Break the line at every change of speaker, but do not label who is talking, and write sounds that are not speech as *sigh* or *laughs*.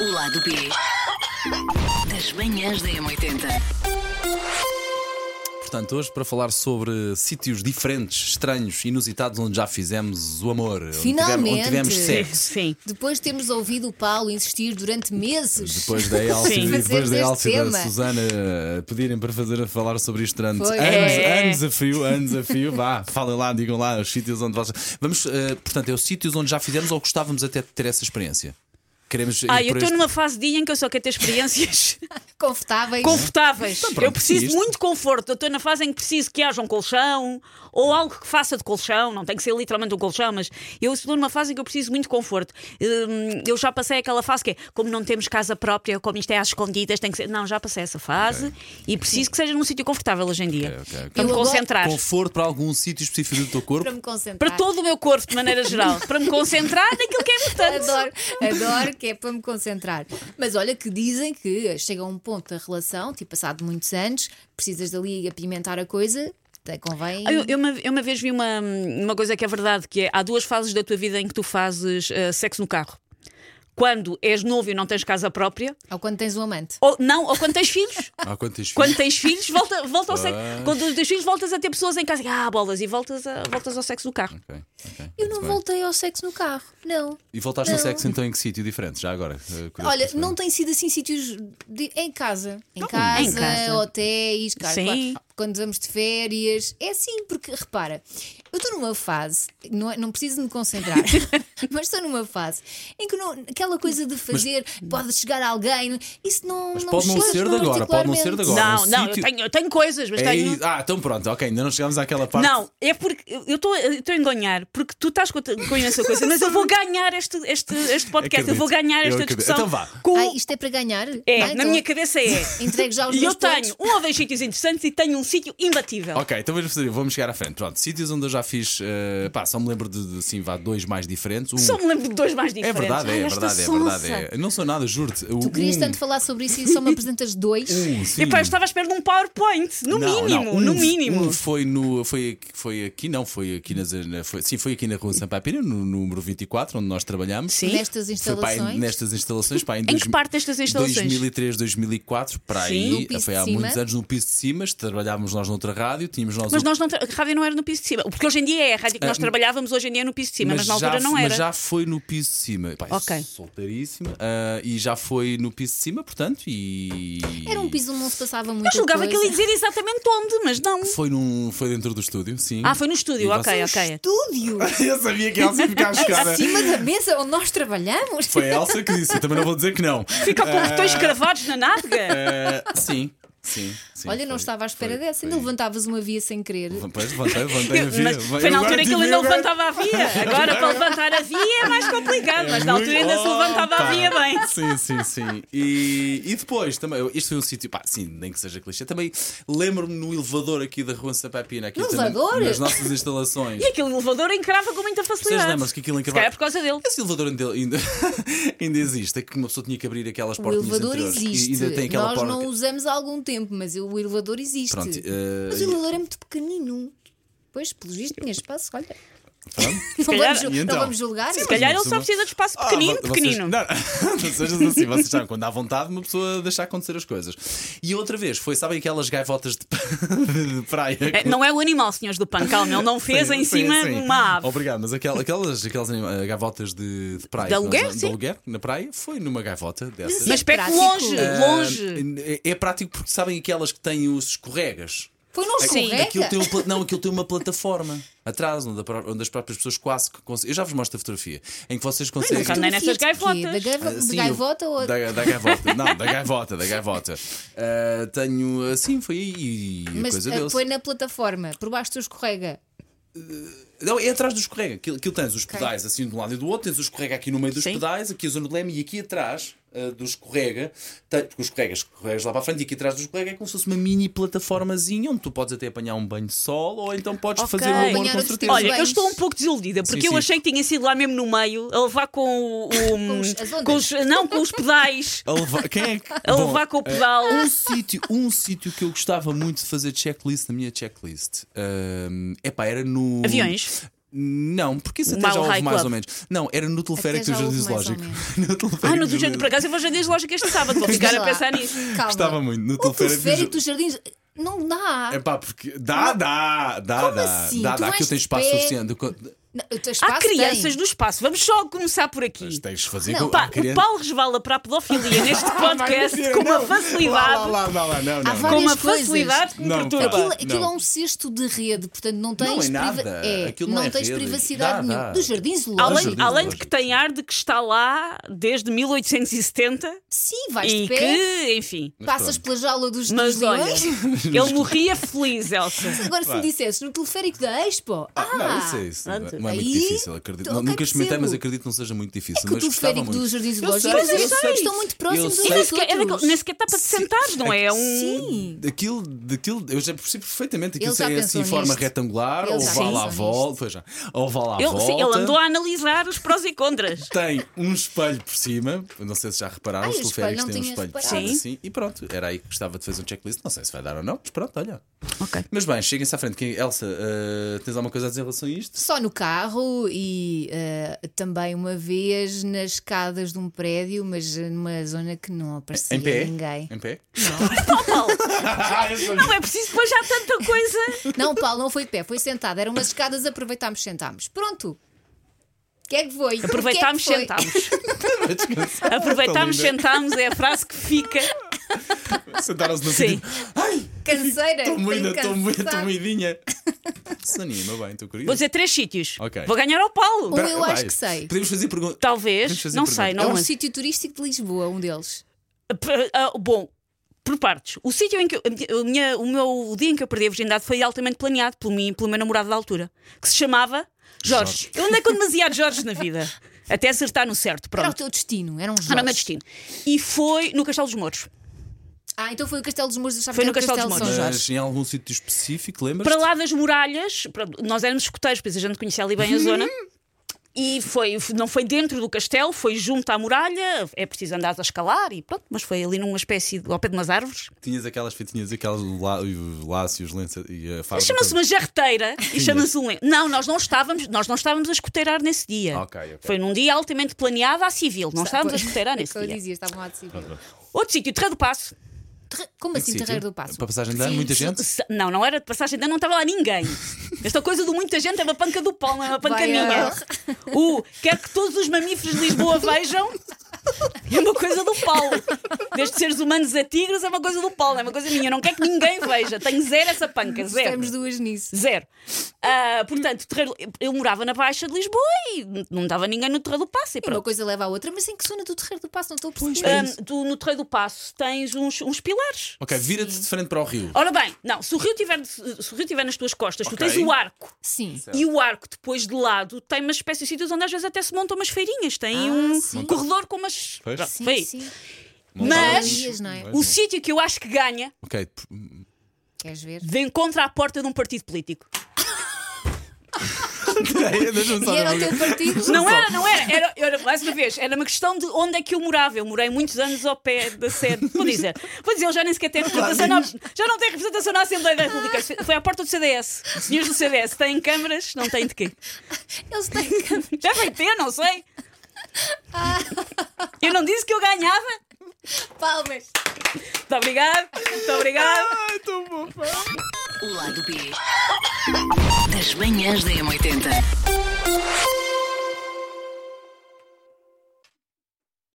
O lado B das manhãs da M80.
Portanto, hoje para falar sobre sítios diferentes, estranhos, inusitados, onde já fizemos o amor, onde tivemos-
Finalmente.
onde tivemos sexo.
Sim.
Depois de termos ouvido o Paulo insistir durante meses.
Depois da Elsa,
Sim.
depois
Fazemos
da
este
Elsa e da
tema.
Susana eh, pedirem para fazer falar sobre isto durante
Foi.
anos,
É.
anos a fio, anos a fio, vá, falem lá, digam lá os sítios onde vocês. Vamos, eh, portanto, é os sítios onde já fizemos ou gostávamos até de ter essa experiência? Queremos ir
Ah, eu
por
estou
este-
numa fase de dia em que eu só quero ter
*laughs*
experiências
*laughs* Confortáveis.
confortáveis.
Então, pronto,
eu preciso
isto.
muito conforto. Eu estou na fase em que preciso que haja um colchão ou algo que faça de colchão. Não tem que ser literalmente um colchão, mas eu estou numa fase em que eu preciso muito conforto. Hum, Eu já passei aquela fase que é como não temos casa própria, como isto é às escondidas, tem que ser. Não, já passei essa fase e preciso que seja num sítio confortável hoje em dia.
Ok, ok, ok.
Para me
Eu adoro-
concentrar.
Conforto para algum sítio específico do teu corpo?
Para me concentrar.
Para todo o meu corpo, de maneira geral. para me concentrar naquilo que é importante.
Adoro, adoro que é para me concentrar. Mas olha que dizem que chega a um ponto da relação, tipo passado muitos anos, precisas dali apimentar a coisa, te convém.
Ah, Eu, eu uma, eu uma vez vi uma, uma coisa que é verdade, que é há duas fases da tua vida em que tu fazes eh, sexo no carro. Quando és novo e não tens casa própria,
Ou quando tens um amante.
ou não, ou quando
*laughs*
tens filhos.
Há quantos
Quando tens filhos, volta, volta ao sexo.
Pois.
Quando tens filhos, voltas a ter pessoas em casa. Ah, bolas, e voltas, a- voltas ao sexo no carro.
Ok, ok,
Eu
muito
não
bem.
voltei ao sexo no carro, não.
E voltaste ao
Não.
sexo então em que sítio diferente? Já agora? eh, curioso
Olha,
para saber.
não tem sido assim sítios de- em casa. Em, casa,
em casa.
hotéis, cara,
Sim.
claro, quando vamos de férias. É assim, porque repara, eu estou numa fase, não, é- não preciso me
*laughs*
concentrar, mas estou numa fase em que não- aquela coisa de fazer, pode chegar alguém, isso não.
Mas
não
pode
me
não
chega
ser de agora, pode não ser de
particularmente.
agora.
não,
um
não,
sítio-
eu, tenho, eu tenho coisas, mas
É
tenho.
isso. Ah, então pronto, ok, ainda não chegamos àquela parte.
Não, é porque eu estou a enganhar, porque tu estás com, a- com essa coisa, mas eu vou ganhar este, este, este podcast, eu vou
Acredito,
ganhar
eu
esta
acredito.
discussão.
Então vá.
com-
Ai, isto é para ganhar?
É,
Ah,
na
então,
minha
*laughs*
cabeça é.
Entregue já os
E eu
meus
tenho
pontos.
um ou dois sítios interessantes e tenho um sítio imbatível.
Ok, então vamos fazer, vamos chegar à frente. Pronto, sítios onde eu já fiz, eh, pá, só me lembro de, de assim, vá, dois mais diferentes. Um,
Só me lembro de dois mais
é
diferentes.
verdade, é,
Ai, esta
verdade, é
sonsa.
verdade. é. Não sou nada, juro-te. O-
Tu querias
um,
tanto falar sobre isso e só
Hum.
me apresentas dois.
um, sim.
E pá, eu estava à espera de um PowerPoint, no
Não,
mínimo,
não, um-
no mínimo.
Um foi, no, foi, foi aqui, não, foi aqui nas, na- foi, sim, foi aqui na Rua Sampaipira, no número 24, onde nós trabalhamos.
Sim.
Nestas
Foi pá, em-
instalações.
nestas instalações, pá, em,
que
dois-
parte destas instalações?
2003, 2004, para
Sim.
aí,
No piso
foi
de
há
cima.
muitos anos no piso de cima, trabalhávamos nós noutra rádio, tínhamos nós um
Mas
o-
nós não. tra- A rádio não era no piso de cima. Porque hoje em dia é. A rádio que nós trabalhávamos hoje em dia é no piso de cima, mas, na altura
já,
não era.
Ah, Mas já foi no piso de cima. Pá,
Ok.
Solteiríssima. Ah, e já foi no piso de cima, portanto, e.
Era um piso onde não se passava muito.
Eu julgava que ele ia dizer exatamente onde, mas não.
Foi, num, foi dentro do estúdio, sim.
É. Ah, foi no estúdio,
E
ok,
vocês-
ok. É assim.
Estúdio!
*laughs* Eu sabia que a Elsa ia
*laughs*
ficar chocada.
Acima da mesa onde nós trabalhamos?
Tá Foi a Elsa que disse, eu também não vou dizer que não.
Fica com botões cravados na nádega.
Ah, sim, sim, sim.
*laughs* Olha, não
foi,
estava à espera
foi,
dessa. Ainda
foi.
levantavas uma via sem querer.
Pois, levantei,
*laughs*
levantei a via.
Mas foi na altura que ele ainda levantava a via. Agora para levantar a via é mais complicado, mas na altura ainda se levantava a via bem.
*laughs* Sim, sim, sim. E, e depois também, eu- isto foi um sítio, pá, sim, nem que seja clichê. Também lembro-me no elevador aqui da Rua Sapapina, aqui
No
também,
elevador?
nas nossas instalações.
E aquele elevador encrava com muita
Vocês
facilidade.
lembram-se que aquilo
Se
encravava.
calhar por causa dele.
Esse elevador ainda, ainda, *laughs* ainda existe, é que uma pessoa tinha que abrir aquelas
O
portinhas
elevador
anteriores. E
existe.
ainda tem aquela
Nós
porta.
não o usamos há algum tempo, mas o elevador existe.
Pronto, eh,
Mas o elevador é muito pequenino. Pois, pelo visto, tinha espaço, olha.
pronto.
*laughs* Não,
calhar-
vamos, ju-
E então?
não vamos julgar.
Se calhar ele
pessoa-
só precisa de espaço
Ah,
pequenino,
vo- vocês-
pequenino.
não, *laughs* não sejas assim, vocês sabem, quando há vontade, uma pessoa deixa acontecer as coisas. E outra vez, foi, sabem aquelas gaivotas de, *laughs* de praia?
É, não é o animal, senhores do pano, calma, ele não fez
Sim,
em
sim,
cima
sim.
uma ave.
Obrigado, mas aquel- aquelas, aquelas anima- gaivotas de, de praia.
De
que
aluguer,
nós-
sim.
aluguer, na praia, foi numa gaivota dessas.
Mas perto
Prático.
longe,
Ah,
longe.
Ah, é, é prático porque sabem aquelas que têm os escorregas.
Foi não
Sim.
escorrega.
Aquilo tem, um pla- não, aquilo tem uma plataforma atrás, onde, a pró- onde as próprias pessoas quase que conseguem. Eu já vos mostro a fotografia em que vocês conseguem.
nunca né? andei é nessas
Fotografia de quê? Da,
gaivotas.
gaiva-
Ah,
de
sim,
gaivota
eu-
ou
Da, da gaivota, não, da gaivota, da gaivota. Ah, tenho assim, foi aí e a
Mas
coisa
eh,
deu
põe na plataforma, por baixo do escorrega.
Não, é atrás do escorrega. Aquilo, aquilo tens os pedais assim de um lado e do outro, tens o escorrega aqui no meio dos
Sim.
pedais, aqui a zona do leme e aqui atrás ah, do escorrega, tem- porque os escorregas, escorregas lá para a frente e aqui atrás do escorrega é como se fosse uma mini plataformazinha onde tu podes até apanhar um banho de sol ou então podes
Ok.
fazer o amor
Apanhar
com
outros
certeza.
tipos de
Olha, eu
bens.
estou um pouco desiludida porque
assim- Sim,
eu
sim.
achei que tinha sido lá mesmo no meio a levar com o.
Com os- as ondas.
Hum. com os- não, com os pedais.
A levar, quem é que-
A
Bom,
levar com o pedal.
Um sítio, um sítio que eu gostava muito de fazer checklist na minha checklist. É eh, epá, era no.
Aviões.
Não, porque isso
O
até já
Mile
houve
High
mais
Club.
ou menos. Não, era no teleférico
Até
do
já houve
Jardim
mais ou
Zoológico. *laughs* no teleférico
Ah, no
do
do Jardim, por acaso eu vou jardim lógico este sábado, vou ficar a
lá.
pensar nisso.
Calma.
Gostava muito, no
O
teleférico do
teleférico
Jardim-
dos jardins não dá.
É pá, porque dá, dá, dá,
Como
dá,
assim?
dá,
Tu
dá,
vais
aquilo tem
de
espaço
pé?
suficiente.
Não, o teu espaço
Há crianças
tem.
no espaço, vamos só começar por
Mas
aqui.
tens de fazer
Não,
com
Pá,
há criança-
o Paulo resvala para a
*laughs*
pedofilia neste
Ah,
podcast
mentira,
com uma
não. Lá,
facilidade.
lá, lá, lá, não, não,
Há
Com
não.
várias
uma
coisas.
facilidade que me
Não, tá pá.
perturba.
Aquilo,
Não.
aquilo é um cesto de rede, portanto não tens
é nada.
priva- é,
Aquilo não é
tens
rede. Dá,
privacidade nenhuma.
dá.
Do jardim zoológico.
Além,
Jardim
além de
Zoológico.
que tem ar de que está lá desde 1870
Sim, vais
e
de pé,
que, enfim.
passas pela jaula dos,
Mas
dos
olha,
leões.
ele morria feliz, Elsa.
Agora, se me
Vá.
dissesses no teleférico da Expo, ah,
Ah, não, isso é isso. Não é- não é
pronto.
muito
Aí,
difícil, acredito.
tô-
Não-
ok,
Nunca experimentei,
percebo.
mas acredito que não seja muito difícil.
É que o
mas gostava
teleférico
muito.
dos jardins
Eu sei,
zoológicos
eu sei.
estão muito
Eu
próximos uns
E
sei.
nem
dos
sequer, é daquele-
outros.
nem sequer está para sentados, não é? É um.
Sim.
Aquilo, daquilo, eu já percebo perfeitamente. Aquilo
Ele já
é
pensou
assim, forma
nisto.
retangular,
Ele
ou
já
vá lá à
pensou
volta, pois já, ou vá lá à
Ele,
volta.
sim, ele andou a analisar os prós e contras.
Tem um espelho por cima, eu não sei se já repararam,
Ai,
os
o
teleféricos
espelho, não
têm um
tinha
espelho por
reparado.
cima
Sim.
assim, e pronto, era aí que gostava de fazer um checklist, não sei se vai dar ou não, mas pronto, olha.
Ok.
Mas bem, cheguem-se à frente. Quem- Elsa, eh, tens alguma coisa a dizer em relação a isto?
Só no carro e eh, também uma vez nas escadas de um prédio, mas numa zona que não aparecia
Em pé?
ninguém.
Em pé? *laughs*
Não é preciso depois já tanta coisa.
Não, Paulo, não foi de pé, foi sentado. Eram umas escadas, aproveitámos, sentámos. Pronto. O que é que foi?
Aproveitámos,
O que é que foi?
sentámos.
Descansar.
Aproveitámos,
Está linda.
sentámos, é a frase que fica.
Sentaram-se no
Sim.
sentido. Ai,
Canseira.
estou moída,
tenho
estou moída,
cansado.
estou moidinha. Se anima, bem, estou curioso.
Vou dizer três sítios.
Ok.
Vou ganhar ao Paulo.
Um eu
Vai,
acho que sei.
Podemos fazer perguntas.
Talvez,
Deixa eu fazer
não
pergunta.
sei,
É
não
um
é
sítio turístico de Lisboa, um deles.
Bom, por partes. O sítio em que eu- a minha- a minha- o meu o dia em que eu perdi a virgindade foi altamente planeado por mim, e pelo meu namorado da altura, que se chamava Jorge. Eu andei com demasiado Jorge na vida. Até acertar no certo,
Era o
pronto.
teu destino, era um
Era o
jogo.
meu destino. E foi no Castelo dos Mouros.
Ah, então foi o Castelo dos Mouros, eu achava
Foi
que
no
era o
Castelo dos
de São
Mouros.
Jorge.
Mas em algum sítio específico, lembras?
Para lá das muralhas, para- nós éramos escuteiros, pois a gente conhecia ali bem a zona.
Uhum.
E foi, não foi dentro do castelo, foi junto à muralha, é preciso andar a escalar e pronto, mas foi ali numa espécie de, ao pé de umas árvores.
Tinhas aquelas fitinhas, aquelas lá, os laços, lença e a farda.
Chama-se uma jarreteira e
Tinhas.
chama-se um lenço. Não, nós não estávamos, nós não estávamos a escuteirar nesse dia.
Ok, ok.
Foi num dia altamente planeado à civil, não estávamos a
É
escuteirar
o que
nesse
eu
dia.
dizia, estavam lá de civil.
Outro sítio, Terra do Passo.
Terre-
Em
Como
que
assim, Terreiro
sítio?
do Passo?
Para passagem de ano, muita gente?
Se- Não, não era de passagem, ainda não estava lá ninguém. Esta coisa do muita gente é uma panca do pão, é uma panca
Vai,
minha.
ah.
O quer que todos os mamíferos de Lisboa vejam. É uma coisa do Paulo. Desde seres humanos a tigres é uma coisa do Paulo, é uma coisa minha. Eu Não quer que ninguém veja. Tenho zero essa panca, zero.
Temos duas nisso.
Zero. Ah, portanto, terreiro- eu morava na Baixa de Lisboa e não estava ninguém no Terreiro do Passo.
E
E
uma
pronto.
coisa leva à outra, mas em que zona do Terreiro do Passo? Não estou a é perceber.
Ah, tu, no Terreiro do Passo tens uns, uns pilares.
Ok, vira-te de frente para o
Oh,
rio.
Ora bem, não, se o rio tiver, se o rio tiver nas tuas costas, tu
Ok.
tens o arco.
Sim.
E o arco, depois de lado, tem uma espécie de sítios onde às vezes até se montam umas feirinhas. Tem
Ah,
um
sim.
corredor com umas.
Pois.
Pronto,
Sim,
foi aí.
sim.
Mas
Dias, não é?
o sítio que eu acho que ganha
Ok, p- *laughs*
Queres ver?
de encontro à porta de um partido político.
peraí, deixa-me só
E era
dar
o
uma-
teu partido?
Não era, não era. era, era mais uma vez, era uma questão de onde é que eu morava. Eu morei muitos anos ao pé da sede. Vou dizer, vou dizer, ele já nem sequer tem representação. Na, já não tem representação na Assembleia da República. Foi à porta do CDS. Os senhores do CDS têm câmaras, não têm de quê? *laughs*
Eles têm *laughs* que-
Já vai ter, não sei.
Ah.
Eu não disse que eu ganhava.
palmas.
Muito obrigado, muito obrigado.
O lado B das manhãs da M80.